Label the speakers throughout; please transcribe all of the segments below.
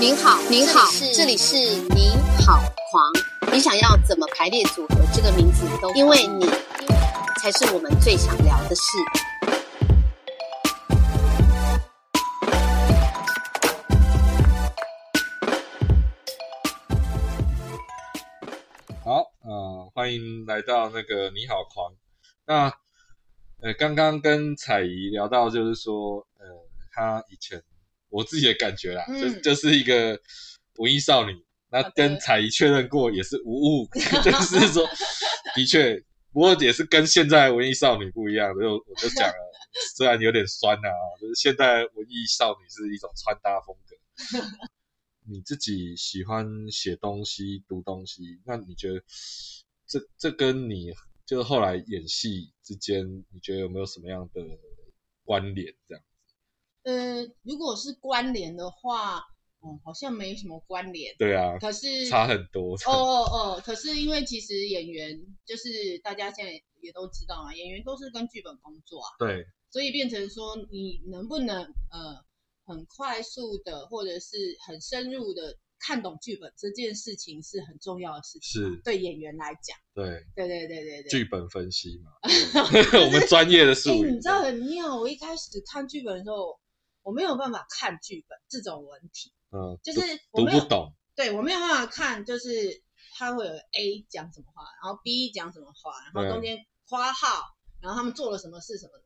Speaker 1: 您好，您好，这里是你好狂。你想要怎么排列组合这个名字都，因为你才是我们最想聊的事。
Speaker 2: 好，呃，欢迎来到那个你好狂。那呃，刚刚跟彩怡聊到，就是说，呃，她以前我自己的感觉啦，
Speaker 1: 嗯
Speaker 2: 就是就是一个文艺少女。那
Speaker 1: 好的
Speaker 2: 跟彩怡确认过也是无误， 就是说，的确，不过也是跟现在文艺少女不一样。就我就讲了，虽然有点酸啊，就是现在文艺少女是一种穿搭风格。你自己喜欢写东西、读东西，那你觉得这这跟你就是后来演戏之间，你觉得有没有什么样的关联？这样
Speaker 3: 呃，如果是关联的话，嗯，好像没什么关联。
Speaker 2: 对啊，
Speaker 3: 可是
Speaker 2: 差很多。
Speaker 3: 哦哦哦，可是因为其实演员就是大家现在也都知道嘛，演员都是跟剧本工作啊，
Speaker 2: 对，
Speaker 3: 所以变成说你能不能呃很快速的或者是很深入的看懂剧本这件事情是很重要的事情嘛，
Speaker 2: 是
Speaker 3: 对演员来讲，
Speaker 2: 对，
Speaker 3: 对对对对对。
Speaker 2: 剧本分析 嘛，对 我们专业的
Speaker 3: 哎、
Speaker 2: 术语。
Speaker 3: 你知道很妙，我一开始看剧本的时候，我没有办法看剧本这种文体，
Speaker 2: 嗯，
Speaker 3: 就是我
Speaker 2: 读读
Speaker 3: 没有
Speaker 2: 不懂，
Speaker 3: 对我没有办法看，就是他会有 A 讲什么话，然后 B 讲什么话，然后
Speaker 2: 对
Speaker 3: 中间括号，然后他们做了什么事什么的，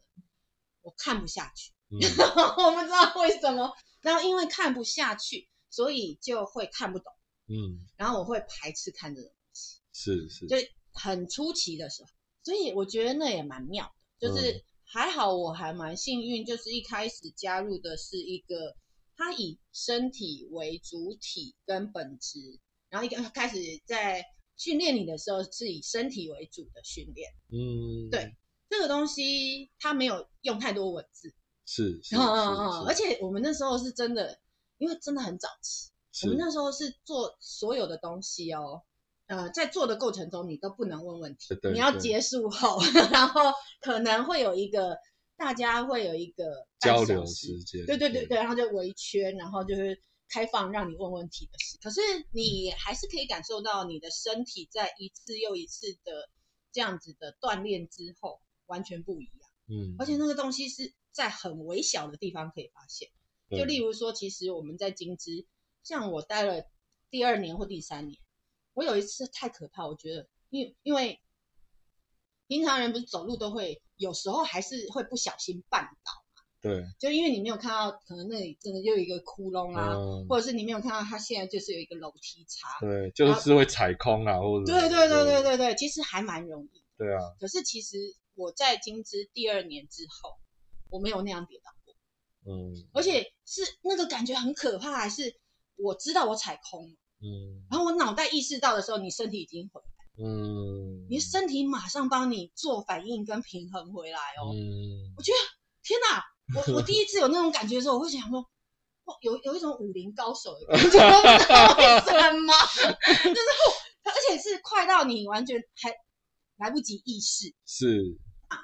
Speaker 3: 我看不下去。
Speaker 2: 嗯，
Speaker 3: 我不知道为什么，然后因为看不下去，所以就会看不懂，
Speaker 2: 嗯，
Speaker 3: 然后我会排斥看这种
Speaker 2: 是是，
Speaker 3: 就很出奇的时候，所以我觉得那也蛮妙的，就是、
Speaker 2: 嗯
Speaker 3: 还好我还蛮幸运，就是一开始加入的是一个他以身体为主体跟本质，然后一个开始在训练你的时候是以身体为主的训练，
Speaker 2: 嗯，
Speaker 3: 对，这个东西它没有用太多文字，
Speaker 2: 是是，是
Speaker 3: 嗯嗯嗯，而
Speaker 2: 且
Speaker 3: 且我们那时候是真的，因为真的很早期，我们那时候是做所有的东西哦，呃，在做的过程中你都不能问问题，
Speaker 2: 对对
Speaker 3: 你要
Speaker 2: 对
Speaker 3: 结束后，然后可能会有一个大家会有一个半
Speaker 2: 交
Speaker 3: 小
Speaker 2: 流
Speaker 3: 时
Speaker 2: 时间，
Speaker 3: 对对对对，然后就围圈，然后就是开放让你问问题的事。可是你还是可以感受到你的身体在一次又一次的这样子的锻炼之后，完全不一样。
Speaker 2: 嗯，
Speaker 3: 而且那个东西是在很微小的地方可以发现，
Speaker 2: 对
Speaker 3: 就例如说，其实我们在金枝，像我待了第二年或第三年，我有一次太可怕，我觉得，因因为平常人不是走路都会，有时候还是会不小心绊倒。
Speaker 2: 对，
Speaker 3: 就因为你没有看到，可能那里真的就有一个窟窿啊，
Speaker 2: 嗯，
Speaker 3: 或者是你没有看到它现在就是有一个楼梯差。
Speaker 2: 对，就是会踩空啊，或者
Speaker 3: 对对对对对对，其实还蛮容易。
Speaker 2: 对啊，
Speaker 3: 可是其实我在金枝第二年之后，我没有那样跌倒过，
Speaker 2: 嗯，
Speaker 3: 而且是那个感觉很可怕，还是我知道我踩空了，
Speaker 2: 嗯
Speaker 3: 然后我脑袋意识到的时候，你身体已经回来，
Speaker 2: 嗯，
Speaker 3: 你身体马上帮你做反应跟平衡回来哦。
Speaker 2: 嗯
Speaker 3: 天哪！我我第一次有那种感觉的时候，我会想说，哇，有有一种武林高手的感觉，我不知道为什么，就是我，而且是快到你完全还来不及意识。
Speaker 2: 是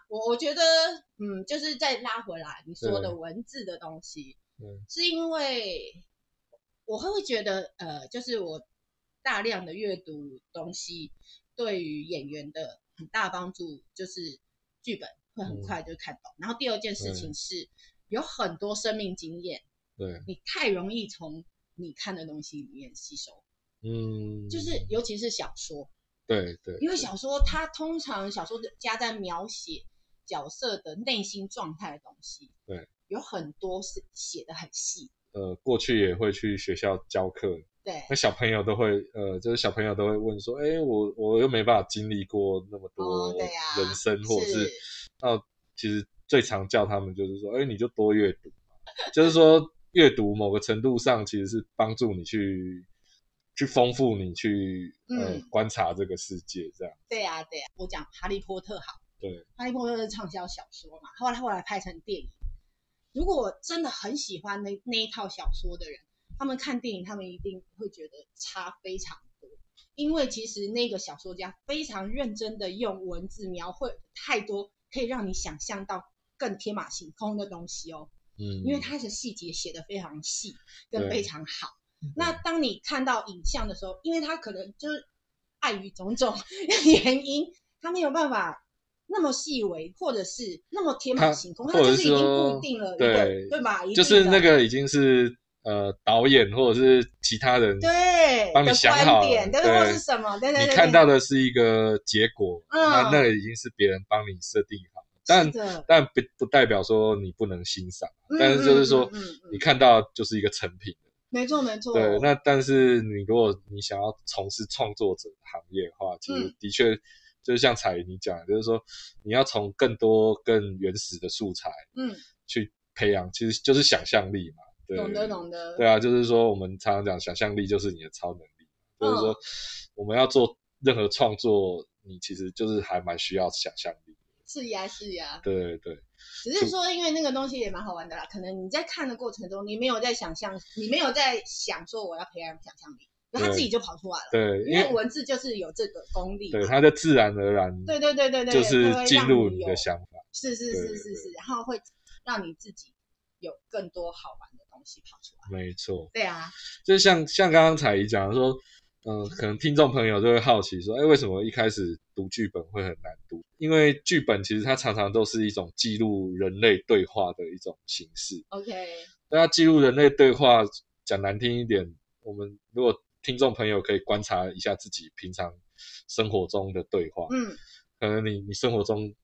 Speaker 3: 我我觉得，嗯，就是再拉回来你说的
Speaker 2: 对
Speaker 3: 文字的东西
Speaker 2: 对，
Speaker 3: 是因为我会会觉得，呃，就是我大量的阅读东西，对于演员的很大帮助，就是剧本会
Speaker 2: 嗯
Speaker 3: 很快就看懂。然后第二件事情是，有很多生命经验，
Speaker 2: 对，
Speaker 3: 你太容易从你看的东西里面吸收，
Speaker 2: 嗯，
Speaker 3: 就是尤其是小说，
Speaker 2: 对对，
Speaker 3: 因为小说它通常小说家在描写角色的内心状态的东西，
Speaker 2: 对，
Speaker 3: 有很多是写的很细，
Speaker 2: 呃，过去也会去学校教课，
Speaker 3: 对
Speaker 2: 那小朋友都会呃，就是小朋友都会问说，哎，我我又没办法经历过那么多
Speaker 3: 哦对啊
Speaker 2: 人生，或者
Speaker 3: 是
Speaker 2: 是那其实最常叫他们就是说，哎，你就多阅读嘛，就是说阅读某个程度上其实是帮助你去去丰富你去呃
Speaker 3: 嗯
Speaker 2: 观察这个世界这样，
Speaker 3: 对啊对啊。我讲《哈利波特》好，
Speaker 2: 对
Speaker 3: 《哈利波特》是畅销小说嘛，后来后来拍成电影。如果我真的很喜欢那那一套小说的人，他们看电影，他们一定会觉得差非常多，因为其实那个小说家非常认真的用文字描绘太多可以让你想象到更天马行空的东西哦，
Speaker 2: 嗯，
Speaker 3: 因为它的细节写的非常细，跟
Speaker 2: 对嗯
Speaker 3: 非常好。那当你看到影像的时候，因为它可能就是碍于种种 原因，它没有办法那么细微，或者是那么天马
Speaker 2: 它
Speaker 3: 行空，它
Speaker 2: 或者
Speaker 3: 就是已经
Speaker 2: 是说
Speaker 3: 固定了一个，
Speaker 2: 对
Speaker 3: 对吧？一
Speaker 2: 就是
Speaker 3: 定的
Speaker 2: 那个已经是呃导演或者是其他人，
Speaker 3: 对
Speaker 2: 帮你
Speaker 3: 的
Speaker 2: 想
Speaker 3: 观
Speaker 2: 好了
Speaker 3: 点，对
Speaker 2: 对
Speaker 3: 或是什么，对对对，
Speaker 2: 你看
Speaker 3: 对
Speaker 2: 到的是一个结果，
Speaker 3: 嗯
Speaker 2: 那那个已经是别人帮你设定好，但
Speaker 3: 是的
Speaker 2: 但不不代表说你不能欣赏，
Speaker 3: 嗯
Speaker 2: 但是就是说
Speaker 3: 嗯嗯嗯哦嗯
Speaker 2: 你看到就是一个成品。
Speaker 3: 没错没错，
Speaker 2: 对，那但是你如果你想要从事创作者行业的话，其实
Speaker 3: 嗯
Speaker 2: 的确就是像彩云你讲的，就是说你要从更多更原始的素材
Speaker 3: 嗯，
Speaker 2: 去培养，其实就是想象力嘛。对，
Speaker 3: 懂得懂得，
Speaker 2: 对啊，就是说我们常常讲想象力就是你的超能力，就是说
Speaker 3: 嗯
Speaker 2: 我们要做任何创作，你其实就是还蛮需要想象力。
Speaker 3: 是呀是呀，
Speaker 2: 对对对，
Speaker 3: 只是说，因为那个东西也蛮好玩的啦。可能你在看的过程中，你没有在想象，你没有在想说我要培养想象力，然后它
Speaker 2: 对
Speaker 3: 自己就跑出来了。
Speaker 2: 对，
Speaker 3: 因
Speaker 2: 因为
Speaker 3: 为文字就是有这个功力嘛。
Speaker 2: 对它就自然而然，
Speaker 3: 对对对对对，
Speaker 2: 就是
Speaker 3: 它会
Speaker 2: 进
Speaker 3: 让
Speaker 2: 入
Speaker 3: 你
Speaker 2: 你
Speaker 3: 有
Speaker 2: 的想法。
Speaker 3: 是是
Speaker 2: 对
Speaker 3: 是
Speaker 2: 对
Speaker 3: 是是，然后会让你自己有更多好玩的东西跑出来。
Speaker 2: 没错，
Speaker 3: 对啊，
Speaker 2: 就像像刚刚彩怡讲的说，嗯、可能听众朋友就会好奇说，哎，为什么一开始读剧本会很难读？因为剧本其实它常常都是一种记录人类对话的一种形式。
Speaker 3: OK，
Speaker 2: 那要记录人类对话，讲难听一点，我们如果听众朋友可以观察一下自己平常生活中的对话，
Speaker 3: 嗯，
Speaker 2: 可能你你生活中，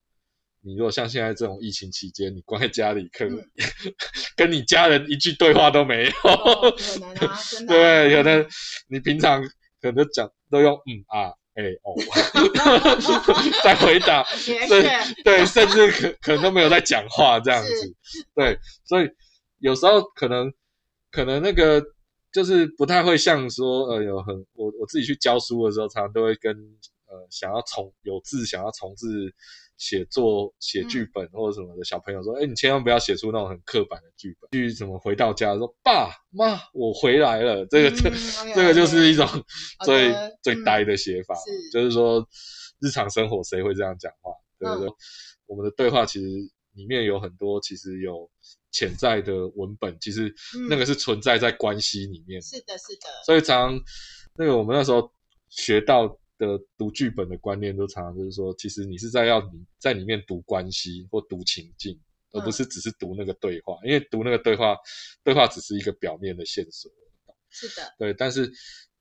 Speaker 2: 你如果像现在这种疫情期间，你关在家里，可能、
Speaker 3: 嗯
Speaker 2: 跟你家人一句对话都没有。
Speaker 3: 有可能啊，真的啊、
Speaker 2: 哦对，有的你平常可能都讲都用嗯啊。哎、 哦， 在回答，
Speaker 3: 也是
Speaker 2: 对对，甚至可可能都没有在讲话这样子，对，所以有时候可能可能那个就是不太会像说呃有很我我自己去教书的时候，常常都会跟呃想要从有志想要从事写作写剧本或者什么的小朋友说，哎、你千万不要写出那种很刻板的剧本，去什么回到家说爸妈我回来了，这个这、
Speaker 3: 嗯，OK，OK
Speaker 2: 这个就是一种
Speaker 3: 好
Speaker 2: 最
Speaker 3: 的
Speaker 2: 最
Speaker 3: 嗯
Speaker 2: 呆的写法，
Speaker 3: 是
Speaker 2: 就是说日常生活谁会这样讲话？对
Speaker 3: 嗯
Speaker 2: 不对？我们的对话其实里面有很多，其实有潜在的文本，其实那个是存在在关系里面的。
Speaker 3: 嗯是的，是的，
Speaker 2: 所以常常那个我们那时候学到的读剧本的观念，都常常就是说，其实你是在要你在里面读关系或读情境，而
Speaker 3: 嗯
Speaker 2: 不是只是读那个对话，因为读那个对话，对话只是一个表面的线索。
Speaker 3: 是的，
Speaker 2: 对，但是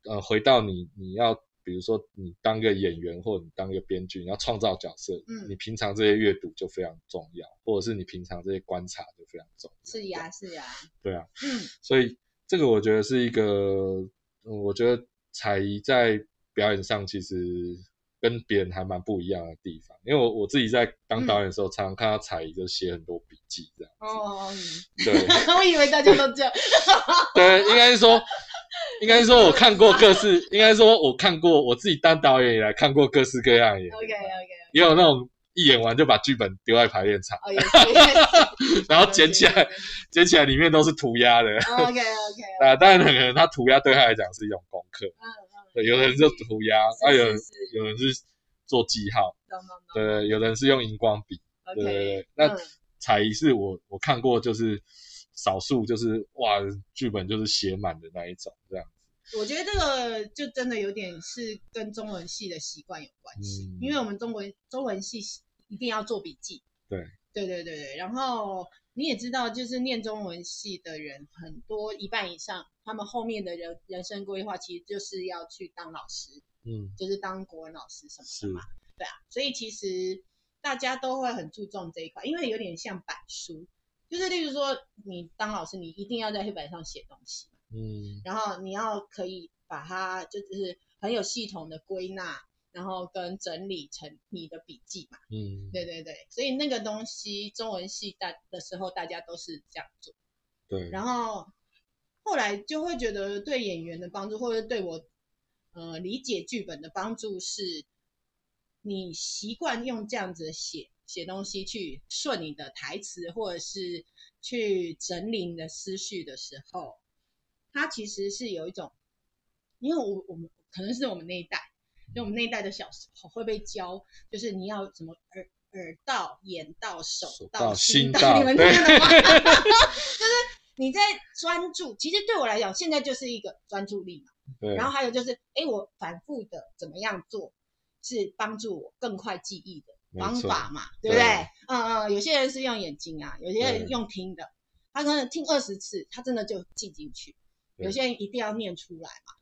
Speaker 2: 呃，回到你你要比如说你当个演员或者你当个编剧，你要创造角色，
Speaker 3: 嗯
Speaker 2: 你平常这些阅读就非常重要，或者是你平常这些观察就非常重要。
Speaker 3: 是呀，是呀，
Speaker 2: 对啊，
Speaker 3: 嗯。
Speaker 2: 所以这个我觉得是一个，嗯我觉得彩仪在表演上其实跟别人还蛮不一样的地方，因为我我自己在当
Speaker 3: 嗯
Speaker 2: 导演的时候，常常看到彩仪就写很多笔记 这样，
Speaker 3: 哦，
Speaker 2: 对。
Speaker 3: 我以为大家都这样。
Speaker 2: 对，应该是说，应该是说我看过各式，应该说我看过我自己当导演以来看过各式各样的演员
Speaker 3: OK OK，
Speaker 2: 也有那种一演完就把剧本丢在排练场，
Speaker 3: 哦，也是也是。
Speaker 2: 然后捡起来，捡起来里面都是涂鸦的。
Speaker 3: OK OK，
Speaker 2: 啊，当然可能他涂鸦对他来讲是一种功课，对，有人就涂鸦，啊，有人
Speaker 3: 嗯是是是
Speaker 2: 有人是做记号，
Speaker 3: 懂懂懂。
Speaker 2: 对，有人是用荧光笔，对对
Speaker 3: OK，
Speaker 2: 对。那
Speaker 3: 嗯
Speaker 2: 彩仪是我我看过就是少数就是哇剧本就是写满的那一种这样。
Speaker 3: 我觉得这个就真的有点是跟中文系的习惯有关系，
Speaker 2: 嗯
Speaker 3: 因为我们中文中文系一定要做笔记。
Speaker 2: 对。
Speaker 3: 对对对对，然后你也知道，就是念中文系的人很多，一半以上，他们后面的人人生规划其实就是要去当老师。
Speaker 2: 嗯，
Speaker 3: 就是当国文老师什么
Speaker 2: 是
Speaker 3: 的嘛，对啊，所以其实大家都会很注重这一块，因为有点像板书，就是例如说你当老师，你一定要在黑板上写东西，
Speaker 2: 嗯
Speaker 3: 然后你要可以把它就是很有系统的归纳，然后跟整理成你的笔记嘛，
Speaker 2: 嗯，
Speaker 3: 对对对，所以那个东西中文系大的时候大家都是这样做。
Speaker 2: 对，
Speaker 3: 然后后来就会觉得对演员的帮助，或者对我呃理解剧本的帮助是，你习惯用这样子写写东西去顺你的台词，或者是去整理你的思绪的时候，它其实是有一种，因为我我们可能是我们那一代，就我们那一代的小时候会被教，就是你要怎么耳。耳到、眼到、手
Speaker 2: 手
Speaker 3: 到、
Speaker 2: 到
Speaker 3: 心
Speaker 2: 心到
Speaker 3: 你们听
Speaker 2: 对
Speaker 3: 得懂 吗？就是你在专注，其实对我来讲，现在就是一个专注力嘛。
Speaker 2: 对，
Speaker 3: 然后还有就是，哎，我反复的怎么样做，是帮助我更快记忆的
Speaker 2: 没
Speaker 3: 方
Speaker 2: 错
Speaker 3: 法嘛，对不对
Speaker 2: 对？
Speaker 3: 嗯嗯，有些人是用眼睛啊，有些人
Speaker 2: 对
Speaker 3: 用听的，他可能听二十次，他真的就记进去。
Speaker 2: 对
Speaker 3: 有些人一定要念出来嘛。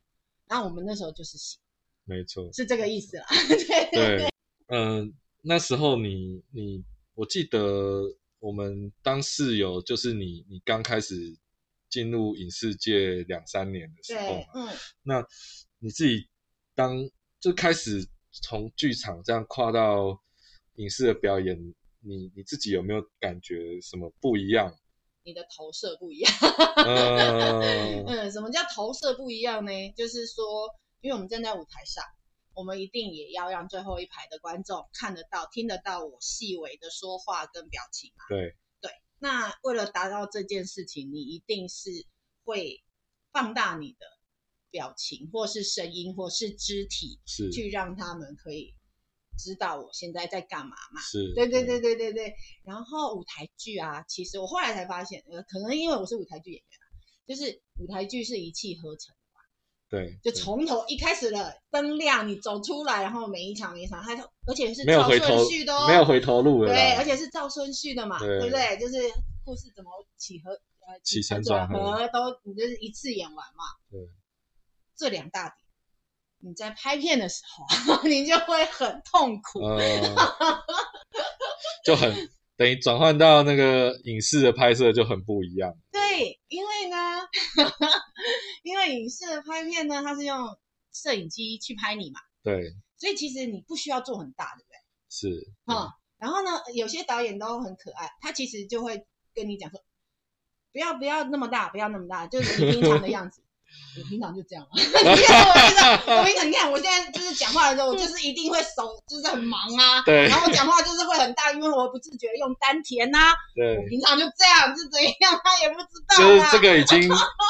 Speaker 3: 然后我们那时候就是写，
Speaker 2: 没错，
Speaker 3: 是这个意思啦。对
Speaker 2: 对，嗯、那时候你你，我记得我们当室友就是你，你刚开始进入影视界两三年的时候
Speaker 3: 对
Speaker 2: 嘛，，
Speaker 3: 嗯，
Speaker 2: 那你自己当就开始从剧场这样跨到影视的表演，你你自己有没有感觉什么不一样？
Speaker 3: 你的投射不一样。
Speaker 2: 哦呃，
Speaker 3: 嗯，什么叫投射不一样呢？就是说，因为我们站在舞台上，我们一定也要让最后一排的观众看得到、听得到我细微的说话跟表情嘛。
Speaker 2: 对
Speaker 3: 对，那为了达到这件事情，你一定是会放大你的表情，或是声音，或是肢体，
Speaker 2: 是
Speaker 3: 去让他们可以知道我现在在干嘛嘛。
Speaker 2: 是，
Speaker 3: 对对对对对对。然后舞台剧啊，其实我后来才发现，呃，可能因为我是舞台剧演员啊，就是舞台剧是一气呵成，
Speaker 2: 对，
Speaker 3: 就
Speaker 2: 对
Speaker 3: 从头一开始的灯亮，你走出来，然后每一场每一场，它都而且是
Speaker 2: 没有
Speaker 3: 照
Speaker 2: 回头
Speaker 3: 顺序的哦，
Speaker 2: 没有回头路了啦，
Speaker 3: 对，而且是照顺序的嘛，
Speaker 2: 对
Speaker 3: 不对？就是故事怎么起合呃
Speaker 2: 起承
Speaker 3: 转
Speaker 2: 转合
Speaker 3: 都你就是一次演完嘛。
Speaker 2: 对，
Speaker 3: 这两大点。你在拍片的时候，啊 你就会很痛苦，
Speaker 2: 呃，就很等于转换到那个影视的拍摄就很不一样。
Speaker 3: 对，因为呢， 因为影视的拍片呢，它是用摄影机去拍你嘛，
Speaker 2: 对，
Speaker 3: 所以其实你不需要做很大，对不对？
Speaker 2: 是，
Speaker 3: 哈、然后呢，有些导演都很可爱，他其实就会跟你讲说，不要不要那么大，不要那么大，就是你平常的样子。 我平常就这样 嘛，你看我平常，我平常，你看我现在就是讲话的时候，我就是一定会手就是很忙啊，
Speaker 2: 对
Speaker 3: 然后我讲话就是会很大，因为我不自觉用丹田呐、
Speaker 2: 对
Speaker 3: 我，平常就这样是怎样，他也不知道啊
Speaker 2: 就是
Speaker 3: 啦
Speaker 2: 这个已经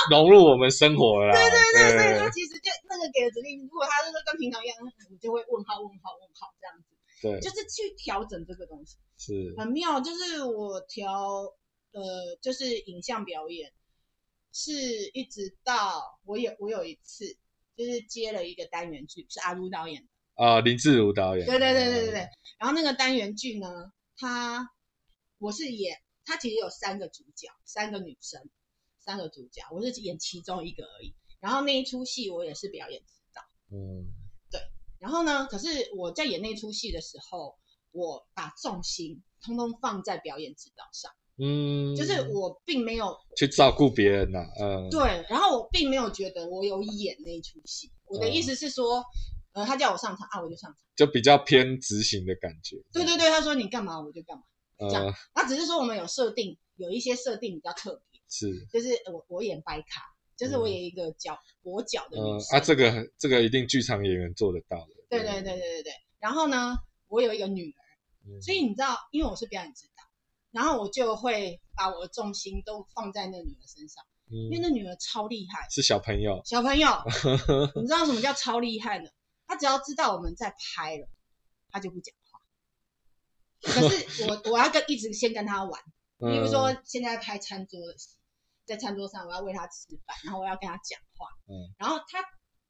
Speaker 2: 融入我们生活了啦。对
Speaker 3: 对，所以
Speaker 2: 对
Speaker 3: 他其实就那个给的指令，如果他就是跟平常一样，我就会问号问号问号这样子，
Speaker 2: 对
Speaker 3: 就是去调整这个东西，
Speaker 2: 是，
Speaker 3: 很妙。就是我调呃，就是影像表演，是一直到我有我有一次就是接了一个单元剧，是阿如导演的，
Speaker 2: 啊，林志儒导演。
Speaker 3: 对对对对
Speaker 2: 嗯
Speaker 3: 对对。然后那个单元剧呢，他我是演，他其实有三个主角，三个女生，三个主角，我是演其中一个而已。然后那一出戏我也是表演指导。
Speaker 2: 嗯，
Speaker 3: 然后呢，可是我在演那出戏的时候，我把重心通通放在表演指导上，
Speaker 2: 嗯，
Speaker 3: 就是我并没有
Speaker 2: 去照顾别人呐、嗯，
Speaker 3: 对，然后我并没有觉得我有演那一出戏。我的意
Speaker 2: 哦
Speaker 3: 思是说，呃，他叫我上场啊，我就上场。
Speaker 2: 就比较偏执行的感觉。
Speaker 3: 对对对，他说你干嘛我就干嘛。
Speaker 2: 呃，
Speaker 3: 这样那只是说我们有设定，有一些设定比较特别，
Speaker 2: 是，
Speaker 3: 就是我我演白卡，就是我演一个脚跛脚的
Speaker 2: 嗯、
Speaker 3: 女生。
Speaker 2: 啊，这个这个一定剧场演员做得到的。
Speaker 3: 对对对对对对。然后呢，我有一个女儿。
Speaker 2: 嗯，
Speaker 3: 所以你知道，因为我是表演指导，然后我就会把我的重心都放在那女儿身上，因为
Speaker 2: 嗯、
Speaker 3: 那女儿超厉害。
Speaker 2: 是小朋友，
Speaker 3: 小 朋友，你知道什么叫超厉害呢？她只要知道我们在拍了，她就不讲话。可是 我我要跟一直先跟她玩，比如
Speaker 2: 嗯
Speaker 3: 说现在拍餐桌的戏，在餐桌上我要喂她吃饭，然后我要跟她讲话，
Speaker 2: 嗯
Speaker 3: 然后她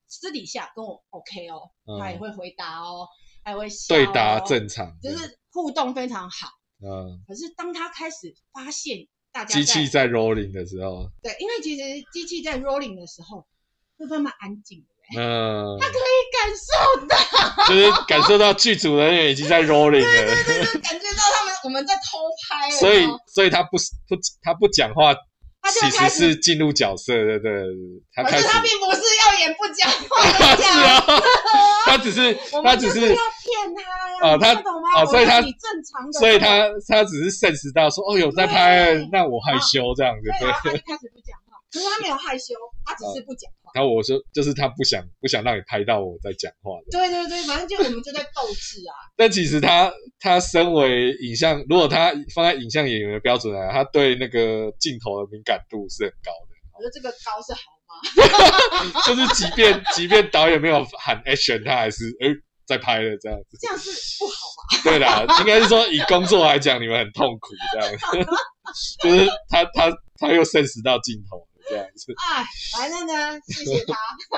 Speaker 3: 私底下跟我 OK 哦，
Speaker 2: 嗯
Speaker 3: 她也会回答哦，她也会笑、哦
Speaker 2: 对答，正常，
Speaker 3: 就是互动非常好。
Speaker 2: 嗯。
Speaker 3: 可是当他开始发现大家
Speaker 2: 机器在 rolling 的时候，
Speaker 3: 对，因为其实机器在 rolling 的时候会慢慢安静的，
Speaker 2: 嗯，
Speaker 3: 感受到，
Speaker 2: 就是感受到剧组人员已经在 rolling 了，
Speaker 3: 就是感觉到他们我们在偷拍了，
Speaker 2: 所以
Speaker 3: 然后
Speaker 2: 所以他不不他不讲话，
Speaker 3: 哦他就
Speaker 2: 其
Speaker 3: 开
Speaker 2: 实
Speaker 3: 始，
Speaker 2: 是进入角色，对对，对他
Speaker 3: 可
Speaker 2: 开
Speaker 3: 是
Speaker 2: 始
Speaker 3: 他并不是要演不讲话的
Speaker 2: 是
Speaker 3: 讲。
Speaker 2: 啊， 他只是
Speaker 3: 我
Speaker 2: 他
Speaker 3: 们
Speaker 2: 只
Speaker 3: 就是要。骗他呀，
Speaker 2: 哦
Speaker 3: 你听
Speaker 2: 他
Speaker 3: 得懂吗？
Speaker 2: 哦所以
Speaker 3: 我让
Speaker 2: 他
Speaker 3: 你正常的，
Speaker 2: 所以他他只是 sense 到说哦有在拍
Speaker 3: 对，哦
Speaker 2: 那我害羞这样子。
Speaker 3: 对，
Speaker 2: 对
Speaker 3: 然，后他就开始不讲话，可是他没有害羞，他只
Speaker 2: 哦
Speaker 3: 是不讲话。
Speaker 2: 然后我说就是他不想不想让你拍到我在讲话的。
Speaker 3: 对对对，反正就我们就在斗智啊，
Speaker 2: 但其实他他身为影像，如果他放在影像演员的标准来，他对那个镜头的敏感度是很高的。
Speaker 3: 我觉得这个高是好吗？
Speaker 2: 就是即便即便导演没有喊 action，他还是哎、再拍了这样子。
Speaker 3: 这样是不好吧？
Speaker 2: 对啦，应该是说以工作来讲，你们很痛苦这样，就是他他他又 sense 到尽头了这样子，
Speaker 3: 哎，反正呢，谢谢他。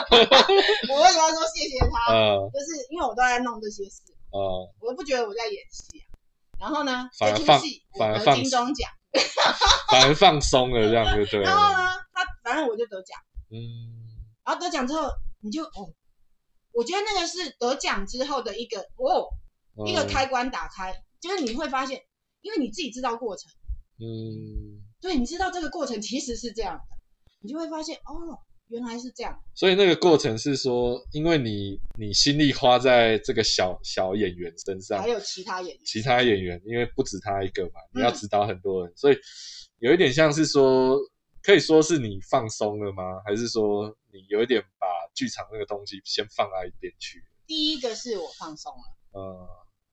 Speaker 3: 我为什么要说谢谢他？
Speaker 2: 呃
Speaker 3: 就是因为我都在弄这些事，
Speaker 2: 呃，
Speaker 3: 我都不觉得我在演戏啊。然后呢，
Speaker 2: 反
Speaker 3: 这
Speaker 2: 而
Speaker 3: 出
Speaker 2: 放
Speaker 3: 戏我
Speaker 2: 反而
Speaker 3: 得
Speaker 2: 放
Speaker 3: 金钟奖，
Speaker 2: 反而放松了这样就对
Speaker 3: 然后
Speaker 2: 了，
Speaker 3: 呢，他反正我就得奖，
Speaker 2: 嗯，
Speaker 3: 然后得奖之后你就哦，我觉得那个是得奖之后的一个哦，一个
Speaker 2: 嗯，
Speaker 3: 开关打开，就是你会发现，因为你自己知道过程，
Speaker 2: 嗯，
Speaker 3: 对，你知道这个过程其实是这样的，你就会发现哦，原来是这样，
Speaker 2: 所以那个过程是说，因为你你心力花在这个小小演员身上
Speaker 3: 还，有其他演员，
Speaker 2: 其他演员，因为不止他一个嘛，
Speaker 3: 嗯
Speaker 2: 你要指导很多人，所以有一点像是说，可以说是你放松了吗？还是说你有一点把剧场那个东西先放在一边去？
Speaker 3: 第一个是我放松了，
Speaker 2: 呃，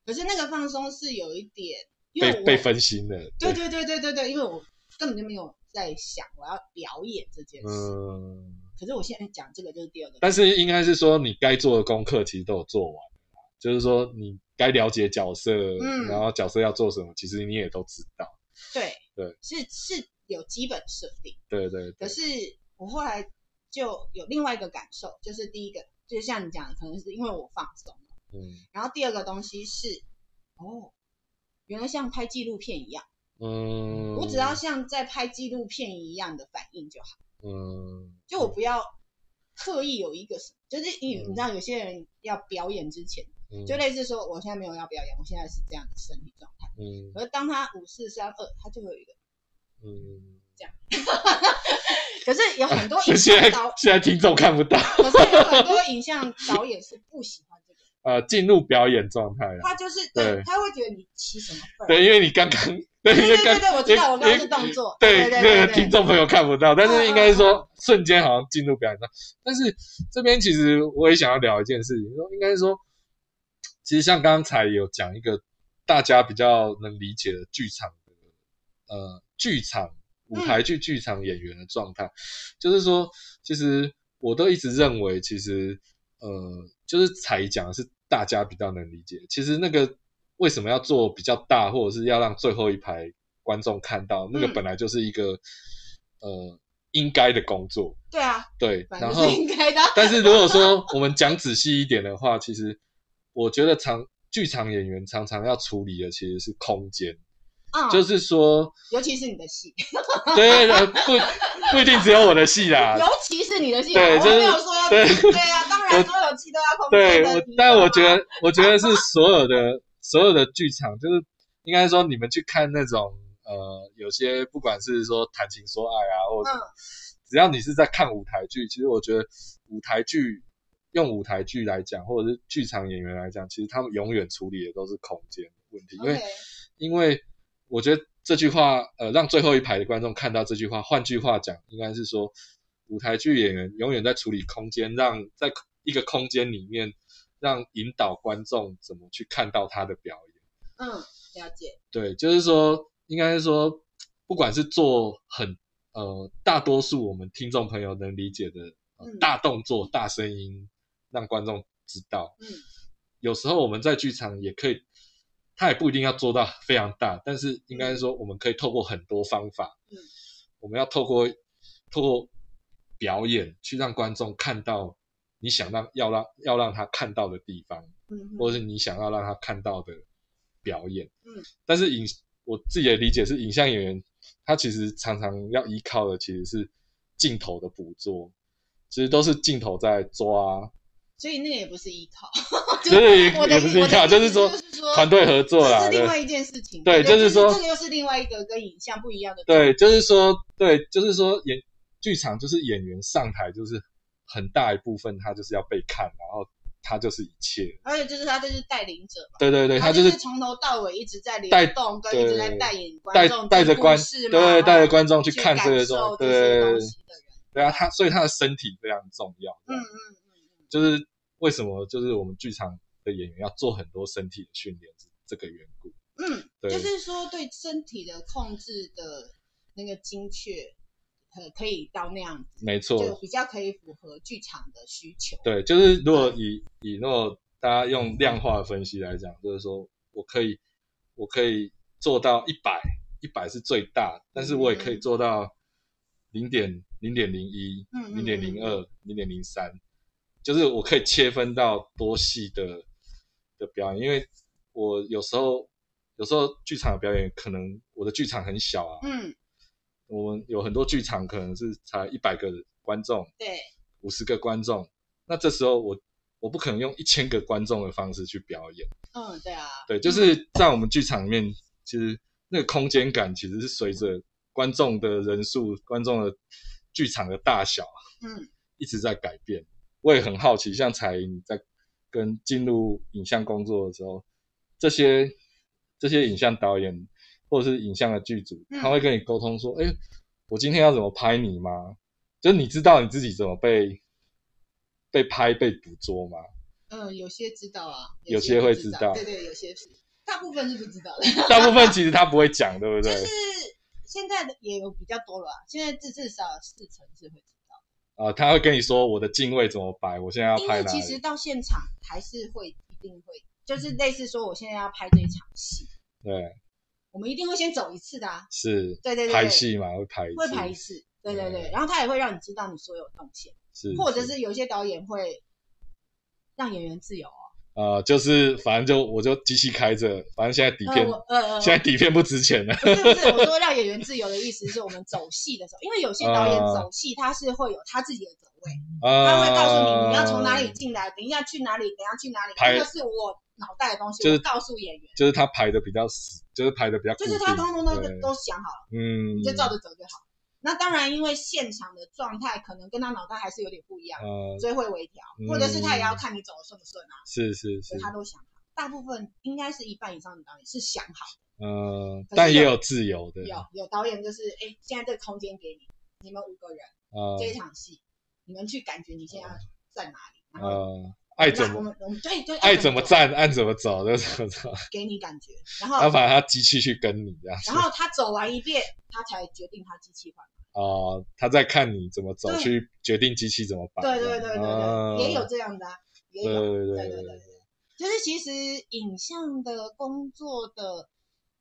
Speaker 3: 可是那个放松是有一点，因为
Speaker 2: 被
Speaker 3: 我
Speaker 2: 被分心了，
Speaker 3: 对，对对对对对，因为我根本就没有在想我要表演这件事，
Speaker 2: 嗯，
Speaker 3: 可是我现在讲这个就是第二个，
Speaker 2: 但是应该是说你该做的功课其实都有做完了啦，就是说你该了解角色，
Speaker 3: 嗯
Speaker 2: 然后角色要做什么，其实你也都知道，
Speaker 3: 对
Speaker 2: 对，
Speaker 3: 是是有基本设定，
Speaker 2: 对对
Speaker 3: 可
Speaker 2: 对，
Speaker 3: 是我后来就有另外一个感受，就是第一个就是像你讲的，可能是因为我放松了，
Speaker 2: 嗯
Speaker 3: 然后第二个东西是哦，原来像拍纪录片一样，
Speaker 2: 嗯，
Speaker 3: 我只要像在拍纪录片一样的反应就好，
Speaker 2: 嗯，
Speaker 3: 就我不要刻意有一个什么。就是你
Speaker 2: 嗯
Speaker 3: 你知道，有些人要表演之前，
Speaker 2: 嗯
Speaker 3: 就类似说，我现在没有要表演，我现在是这样的身体状态。
Speaker 2: 嗯
Speaker 3: 可是当他五四三二，他就会有一个。
Speaker 2: 嗯。
Speaker 3: 可是有很多影
Speaker 2: 现在
Speaker 3: 像导，
Speaker 2: 现在听众看不到，
Speaker 3: 可是有很多影像导演是不喜欢这个，
Speaker 2: 呃，进入表演状态了。
Speaker 3: 他就是
Speaker 2: 对
Speaker 3: 对，他会觉得你起什么份儿。
Speaker 2: 对，因为你刚刚，对，因
Speaker 3: 对
Speaker 2: 为
Speaker 3: 对
Speaker 2: 刚
Speaker 3: 对对，我知道，我刚刚是
Speaker 2: 因为
Speaker 3: 动作。
Speaker 2: 对
Speaker 3: 对
Speaker 2: 那
Speaker 3: 对
Speaker 2: 个听众朋友看不到，但是应该是
Speaker 3: 嗯
Speaker 2: 说瞬间好像进入表演状态。但是这边其实我也想要聊一件事情，说应该是说，其实像刚才有讲一个大家比较能理解的剧场的，呃，剧场舞台
Speaker 3: 嗯
Speaker 2: 剧剧场演员的状态，就是说，其实我都一直认为，其实呃，就是才讲的是大家比较能理解。其实那个为什么要做比较大，或者是要让最后一排观众看到，那个
Speaker 3: 嗯
Speaker 2: 本来就是一个、呃应该的工作，
Speaker 3: 对啊，
Speaker 2: 对。
Speaker 3: 反
Speaker 2: 然
Speaker 3: 正
Speaker 2: 后
Speaker 3: 是，应该的。
Speaker 2: 但是如果说我们讲仔细一点的话，其实我觉得常剧场演员常常要处理的其实是空间，
Speaker 3: 嗯，
Speaker 2: 就是说，
Speaker 3: 尤其是你的戏，
Speaker 2: 对，呃不不一定只有我的戏 啦，
Speaker 3: 尤其是你的戏，我
Speaker 2: 啊对就是
Speaker 3: 没有说要
Speaker 2: 对
Speaker 3: 对啊，当然所有戏都要碰
Speaker 2: 对
Speaker 3: 到
Speaker 2: 我
Speaker 3: 的地，
Speaker 2: 但我
Speaker 3: 方
Speaker 2: 觉得，我觉得是所有的所有的剧场，就是应该说你们去看那种呃，有些不管是说谈情说爱啊，或者什么、只要你是在看舞台剧，其实我觉得舞台剧用舞台剧来讲，或者是剧场演员来讲，其实他们永远处理的都是空间问题，因为
Speaker 3: OK
Speaker 2: 因为我觉得这句话，呃，让最后一排的观众看到这句话，换句话讲，应该是说，舞台剧演员永远在处理空间，让在一个空间里面，让引导观众怎么去看到他的表演。
Speaker 3: 嗯，了解，
Speaker 2: 对，就是说，应该是说，不管是做很呃，大多数我们听众朋友能理解的、呃
Speaker 3: 嗯
Speaker 2: 大动作、大声音，让观众知道。
Speaker 3: 嗯，
Speaker 2: 有时候我们在剧场也可以，它也不一定要做到非常大，但是应该是说我们可以透过很多方法，
Speaker 3: 嗯，
Speaker 2: 我们要透过透过表演去让观众看到你想让要让要让他看到的地方，
Speaker 3: 嗯
Speaker 2: 或者是你想要让他看到的表演，
Speaker 3: 嗯，
Speaker 2: 但是影我自己的理解是，影像演员他其实常常要依靠的其实是镜头的捕捉，其实都是镜头在
Speaker 3: 哦
Speaker 2: 抓。
Speaker 3: 所以那个也不是依 靠，
Speaker 2: 就是也
Speaker 3: 我的
Speaker 2: 也不是依靠
Speaker 3: 我的
Speaker 2: 就是
Speaker 3: 意思
Speaker 2: 说
Speaker 3: 就是说
Speaker 2: 团队合作啦，
Speaker 3: 这是
Speaker 2: 对
Speaker 3: 另外一件事情。
Speaker 2: 对就是说
Speaker 3: 这个又是另外一个跟影像不一样的。
Speaker 2: 对，就是说，对，就是说演剧场就是演员上台，就是很大一部分他就是要被看，然后他就是一切。
Speaker 3: 而且就是他就是带领者嘛，
Speaker 2: 对对对，他
Speaker 3: 哦就
Speaker 2: 就是
Speaker 3: 从头到尾一直在
Speaker 2: 带
Speaker 3: 联动，跟一直在
Speaker 2: 对
Speaker 3: 带领观
Speaker 2: 带
Speaker 3: 众
Speaker 2: 带着
Speaker 3: 进
Speaker 2: 观
Speaker 3: 故事，嘛
Speaker 2: 对，带着观众去
Speaker 3: 去
Speaker 2: 看这个
Speaker 3: 感
Speaker 2: 东
Speaker 3: 受
Speaker 2: 西，
Speaker 3: 这些
Speaker 2: 对
Speaker 3: 东西的人。
Speaker 2: 对啊，他所以他的身体非常重要。
Speaker 3: 嗯
Speaker 2: 嗯，
Speaker 3: 嗯嗯
Speaker 2: 就是为什么就是我们剧场的演员要做很多身体的训练，是这个缘故。
Speaker 3: 嗯嗯，
Speaker 2: 对
Speaker 3: 就是说对身体的控制的那个精确，呃，可以到那样子，
Speaker 2: 没错，
Speaker 3: 就比较可以符合剧场的需求。
Speaker 2: 对，就是如果以以那种大家用量化的分析来讲，就是说我可以我可以做到一百，一百是最大，但是我也可以做到零点零点零一、
Speaker 3: 嗯嗯
Speaker 2: 零点零二、零点零三，就是我可以切分到多细的的表演，因为我有时候有时候剧场的表演可能我的剧场很小啊，
Speaker 3: 嗯，
Speaker 2: 我们有很多剧场可能是才一百个观众，
Speaker 3: 对，
Speaker 2: 五十个观众，那这时候我我不可能用一千个观众的方式去表演，
Speaker 3: 嗯，对啊，
Speaker 2: 对，就是在我们剧场里面，其实那个空间感其实是随着观众的人数、观众的剧场的大小
Speaker 3: 嗯
Speaker 2: 一直在改变。我也很好奇，像彩莹在跟进入影像工作的时候，这些这些影像导演或者是影像的剧组，
Speaker 3: 嗯
Speaker 2: 他会跟你沟通说：“哎、我今天要怎么拍你吗？”就是你知道你自己怎么被被拍、被捕捉吗？
Speaker 3: 嗯，有些知道啊，
Speaker 2: 有些
Speaker 3: 不
Speaker 2: 会
Speaker 3: 知
Speaker 2: 知道
Speaker 3: 对对，有些是，大部分是不知道的。
Speaker 2: 大部分其实他不会讲，对不
Speaker 3: 就
Speaker 2: 对？
Speaker 3: 是现在的也有比较多了啊，现在至至少四成是会知道，
Speaker 2: 啊、他会跟你说我的镜位怎么摆，我现在要
Speaker 3: 因
Speaker 2: 拍
Speaker 3: 为
Speaker 2: 哪
Speaker 3: 其
Speaker 2: 里嗯
Speaker 3: 实。到现场还是会一定会，就是类似说我现在要拍这一场戏，
Speaker 2: 对，
Speaker 3: 我们一定会先走一次的啊，
Speaker 2: 是
Speaker 3: 对对对，
Speaker 2: 拍
Speaker 3: 对
Speaker 2: 戏嘛，会拍一次，
Speaker 3: 会排一次，对对对，
Speaker 2: 嗯
Speaker 3: 然后他也会让你知道你所有动线，
Speaker 2: 是，
Speaker 3: 或者是有些导演会让演员自由哦，
Speaker 2: 啊、就是反正就我就机器开着，反正现在底
Speaker 3: 呃
Speaker 2: 片、
Speaker 3: 我呃呃，
Speaker 2: 现在底片不值钱了，
Speaker 3: 不是不是，我说让演员自由的意思是我们走戏的时候，因为有些导演
Speaker 2: 啊
Speaker 3: 走戏他是会有他自己的走位，嗯他
Speaker 2: 啊，
Speaker 3: 会告诉你你要从哪里，进来，等一下去哪里，等一下去哪里，
Speaker 2: 排
Speaker 3: 那个是我脑袋的东西，
Speaker 2: 就是
Speaker 3: 我告诉演员，
Speaker 2: 就是他排的比较死，就是排的比较固
Speaker 3: 就
Speaker 2: 定，
Speaker 3: 是他通通都
Speaker 2: 对
Speaker 3: 都想好了，
Speaker 2: 嗯，
Speaker 3: 你就照着走就好。那当然，因为现场的状态可能跟他脑袋还是有点不一样，
Speaker 2: 呃，
Speaker 3: 所以会微调，
Speaker 2: 嗯
Speaker 3: 或者是他也要看你走的顺不顺啊，
Speaker 2: 是是是
Speaker 3: 所以，他都想好。大部分应该是一半以上的导演是想好
Speaker 2: 呃，
Speaker 3: 可是
Speaker 2: 但也
Speaker 3: 有
Speaker 2: 有自由的
Speaker 3: 的，，有有导演就是，哎，现在这个空间给你，你们五个人
Speaker 2: 呃
Speaker 3: 这一场戏，你们去感觉你现在要在哪里，然后
Speaker 2: 呃，爱怎
Speaker 3: 那我
Speaker 2: 么
Speaker 3: 们我哦们对对
Speaker 2: 爱怎么
Speaker 3: 走
Speaker 2: 站，啊按怎么走，就怎么走，
Speaker 3: 给你 感觉，然
Speaker 2: 他
Speaker 3: 后
Speaker 2: 反正他机器去跟你这样子
Speaker 3: 然后他走完一遍，他才决定他机器换。
Speaker 2: 啊、他在看你怎么走，
Speaker 3: 对
Speaker 2: 去决定机器怎么摆，
Speaker 3: 对对对对
Speaker 2: 啊
Speaker 3: 对，也有这样的啊，也
Speaker 2: 对
Speaker 3: 有。
Speaker 2: 对
Speaker 3: 对
Speaker 2: 对
Speaker 3: 对对，就是其实影像的工作的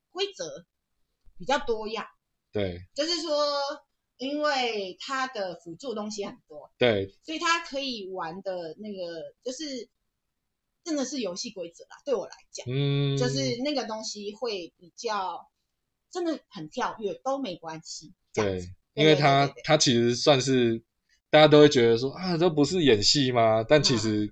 Speaker 3: 规则比较多样，
Speaker 2: 对
Speaker 3: 就是说，因为它的辅助东西很多，
Speaker 2: 对
Speaker 3: 所以它可以玩的那个就是真的是游戏规则啦。对我来讲，
Speaker 2: 嗯，
Speaker 3: 就是那个东西会比较真的很跳跃，都没关系。这样
Speaker 2: 对
Speaker 3: 子，
Speaker 2: 因为
Speaker 3: 对
Speaker 2: 他
Speaker 3: 对对
Speaker 2: 他其实算是大家都会觉得说啊，这不是演戏吗？但其实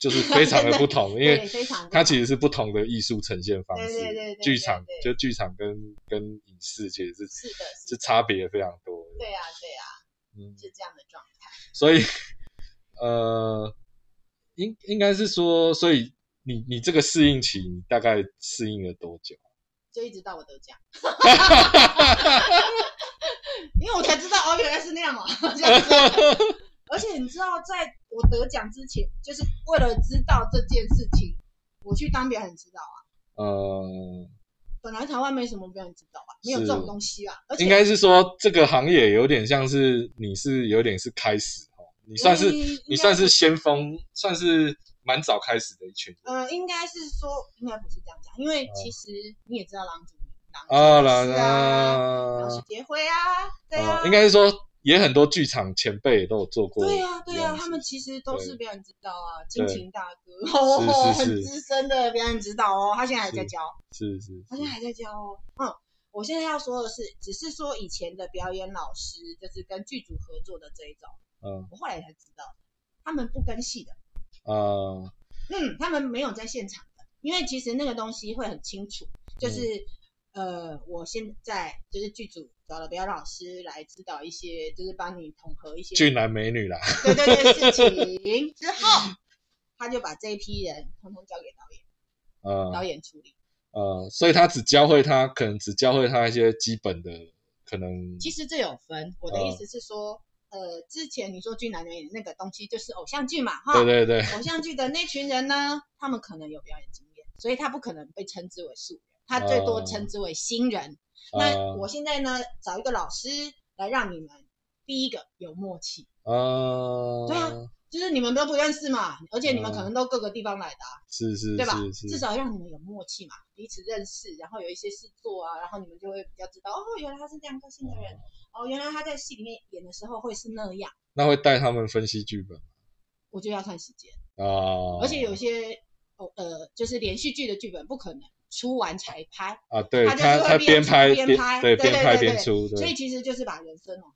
Speaker 2: 就是非常
Speaker 3: 真
Speaker 2: 的
Speaker 3: 的
Speaker 2: 不 同，因
Speaker 3: 嗯对
Speaker 2: 为
Speaker 3: 非常
Speaker 2: 它其实是不同的艺术呈现方
Speaker 3: 对
Speaker 2: 式
Speaker 3: 对对对，
Speaker 2: 剧
Speaker 3: 对
Speaker 2: 场
Speaker 3: 对
Speaker 2: 就剧场跟跟影视其实是
Speaker 3: 是的，
Speaker 2: 是
Speaker 3: 是的
Speaker 2: 差别非常多的，
Speaker 3: 对啊，对啊，
Speaker 2: 嗯，
Speaker 3: 是这样的状态。
Speaker 2: 所以呃，应应该是说，所以你你这个适应期，你大概适应了多久？
Speaker 3: 就一直到我得奖， 因为我才知道哦，原来是那样哦。 就是而且你知道，在我得奖之前，就是为了知道这件事情，我去当表演指导啊。
Speaker 2: 呃，
Speaker 3: 本来台湾没什么表演指导啊，没有这种东西啊。而且
Speaker 2: 应该是说这个行业有点像是你是有点是开始哦，你算是
Speaker 3: 嗯
Speaker 2: 你算是先锋，算是蛮早开始的一群人
Speaker 3: 呃，应该是说应该不是这样讲，因
Speaker 2: 哦
Speaker 3: 为其实你也知道郎主郎
Speaker 2: 啊啦
Speaker 3: 郎啊，然后
Speaker 2: 啦
Speaker 3: 许杰辉啊，对啊，
Speaker 2: 啊，应该是说也很多剧场前辈也都有做过，
Speaker 3: 对呀、对呀、
Speaker 2: 呀，
Speaker 3: 他们其实都是
Speaker 2: 对
Speaker 3: 表演指导啊，
Speaker 2: 对
Speaker 3: 金琴大哥，哦，
Speaker 2: 是是
Speaker 3: 很资深的表演指导哦，他现在还在教，
Speaker 2: 是是
Speaker 3: 他现在还在教哦。嗯，我现在要说的是，只是说以前的表演老师，就是跟剧组合作的这一种，
Speaker 2: 嗯
Speaker 3: 我后来才知道，他们不跟戏的，
Speaker 2: 啊
Speaker 3: 嗯，他们没有在现场的，因为其实那个东西会很清楚，
Speaker 2: 嗯
Speaker 3: 就是、呃，我现在就是剧组找了表演老师来指导一些，就是帮你统合一些
Speaker 2: 俊男美女啦，
Speaker 3: 对对对事情 之后，他就把这一批人通通交给导演，
Speaker 2: 啊
Speaker 3: 导演处理。
Speaker 2: 呃，所以他只教会他，可能只教会他一些基本的，可能
Speaker 3: 其实这有分，我的
Speaker 2: 嗯
Speaker 3: 意思是说，呃，之前你说俊男美女那个东西就是偶像剧嘛，哈，
Speaker 2: 对对对，
Speaker 3: 偶像剧的那群人呢，他们可能有表演经验，所以他不可能被称之为素人，他最多
Speaker 2: 嗯
Speaker 3: 称之为新人。那
Speaker 2: 啊
Speaker 3: 我现在呢，找一个老师来让你们第一个有默契，
Speaker 2: 啊，
Speaker 3: 对啊就是你们都不认识嘛，而且你们可能都各个地方来的啊、
Speaker 2: 是嗯是
Speaker 3: 对吧？
Speaker 2: 是
Speaker 3: 至
Speaker 2: 是，
Speaker 3: 少让你们有默契嘛，彼此认识，然后有一些事做啊，然后你们就会比较知道哦，原来他是这样个性的人，哦，原来他在戏里面演的时候会是那样，
Speaker 2: 那会带他们分析剧本
Speaker 3: 我就要看时间，
Speaker 2: 啊，
Speaker 3: 而且有些哦呃，就是连续剧的剧本不可能出完才拍，
Speaker 2: 啊，对
Speaker 3: 他就是
Speaker 2: 他
Speaker 3: 会
Speaker 2: 他
Speaker 3: 边
Speaker 2: 边
Speaker 3: 出
Speaker 2: 拍
Speaker 3: 边拍
Speaker 2: 对
Speaker 3: 对
Speaker 2: 边
Speaker 3: 对
Speaker 2: 拍
Speaker 3: 对
Speaker 2: 边
Speaker 3: 对
Speaker 2: 出，
Speaker 3: 所以
Speaker 2: 对，
Speaker 3: 其实就是把人生哦，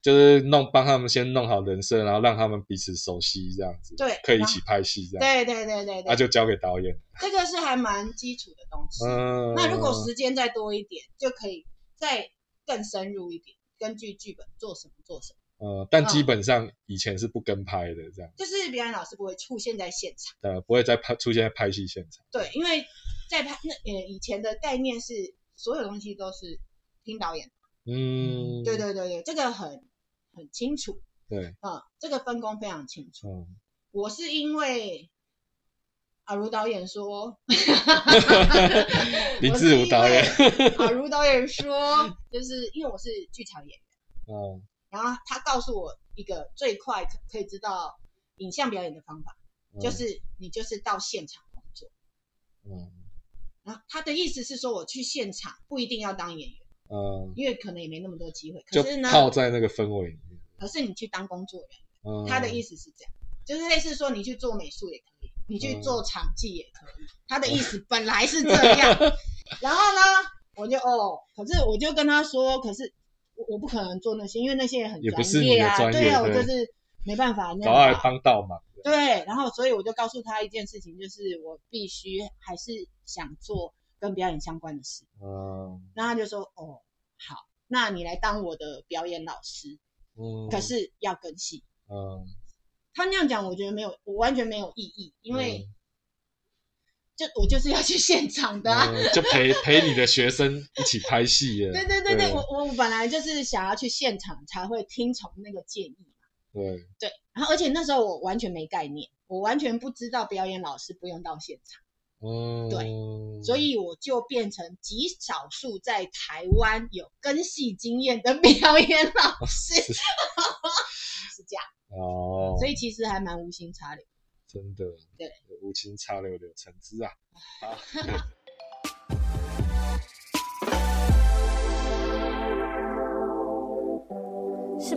Speaker 2: 就是弄帮他们先弄好人设，然后让他们彼此熟悉这样子，
Speaker 3: 对
Speaker 2: 可以一
Speaker 3: 然后
Speaker 2: 起拍戏这样，
Speaker 3: 对对对对
Speaker 2: 那
Speaker 3: 对，
Speaker 2: 啊就交给导演，
Speaker 3: 这个是还蛮基础的东西。
Speaker 2: 嗯，
Speaker 3: 那如果时间再多一点，就可以再更深入一点，根据剧本做什么做什么。
Speaker 2: 呃，但基
Speaker 3: 嗯
Speaker 2: 本上以前是不跟拍的这样，
Speaker 3: 就是表演老师不会出现在现场，
Speaker 2: 呃，不会再拍出现在拍戏现场，
Speaker 3: 对，因为在拍那呃以前的概念是所有东西都是听导演，
Speaker 2: 嗯，
Speaker 3: 对对对对，这个很很清楚
Speaker 2: 对，
Speaker 3: 啊、嗯这个分工非常清楚。
Speaker 2: 嗯，
Speaker 3: 我是因为阿如导演说，
Speaker 2: 林志儒导演，
Speaker 3: 我是因为阿如导演说，就是因为我是剧场演员，
Speaker 2: 嗯
Speaker 3: 然后他告诉我一个最快可可以知道影像表演的方法，
Speaker 2: 嗯
Speaker 3: 就是你就是到现场工作。
Speaker 2: 嗯
Speaker 3: 然后他的意思是说，我去现场不一定要当演员，
Speaker 2: 嗯，
Speaker 3: 因为可能也没那么多机会。
Speaker 2: 就
Speaker 3: 可是呢，
Speaker 2: 泡在那个氛围里面，
Speaker 3: 可是你去当工作人员，
Speaker 2: 嗯，
Speaker 3: 他的意思是这样，就是类似说你去做美术也可以，你
Speaker 2: 嗯
Speaker 3: 去做场记也可以。他的意思本来是这 样，然后呢，我就哦，可是我就跟他说，可是我我不可能做那些，因为那些也很
Speaker 2: 也不是
Speaker 3: 专业啊，
Speaker 2: 你的专
Speaker 3: 对
Speaker 2: 业
Speaker 3: 啊，我就
Speaker 2: 对
Speaker 3: 是没办法那
Speaker 2: 找他
Speaker 3: 样
Speaker 2: 来
Speaker 3: 吧。
Speaker 2: 帮倒忙，
Speaker 3: 对，然后所以我就告诉他一件事情，就是我必须还是想做跟表演相关的事。
Speaker 2: 嗯
Speaker 3: 然后他就说：“哦，好，那你来当我的表演老师，
Speaker 2: 嗯，
Speaker 3: 可是要跟戏。
Speaker 2: 嗯，
Speaker 3: 他那样讲，我觉得没有，我完全没有意义，因
Speaker 2: 嗯
Speaker 3: 为就我就是要去现 场的、啊。
Speaker 2: 嗯就陪陪你的学生一起拍戏耶，
Speaker 3: 对对对对，我我我本来就是想要去现场才会听从那个建议嘛。
Speaker 2: 对，
Speaker 3: 对，然后而且那时候我完全没概念，我完全不知道表演老师不用到现场，
Speaker 2: 嗯，
Speaker 3: 所以我就变成极少数在台湾有跟戏经验的 表演老师，是这样。
Speaker 2: 哦，
Speaker 3: 所以其实还蛮无心插柳。
Speaker 2: 真的，
Speaker 3: 对，
Speaker 2: 无情插柳柳橙汁啊，好，
Speaker 1: 是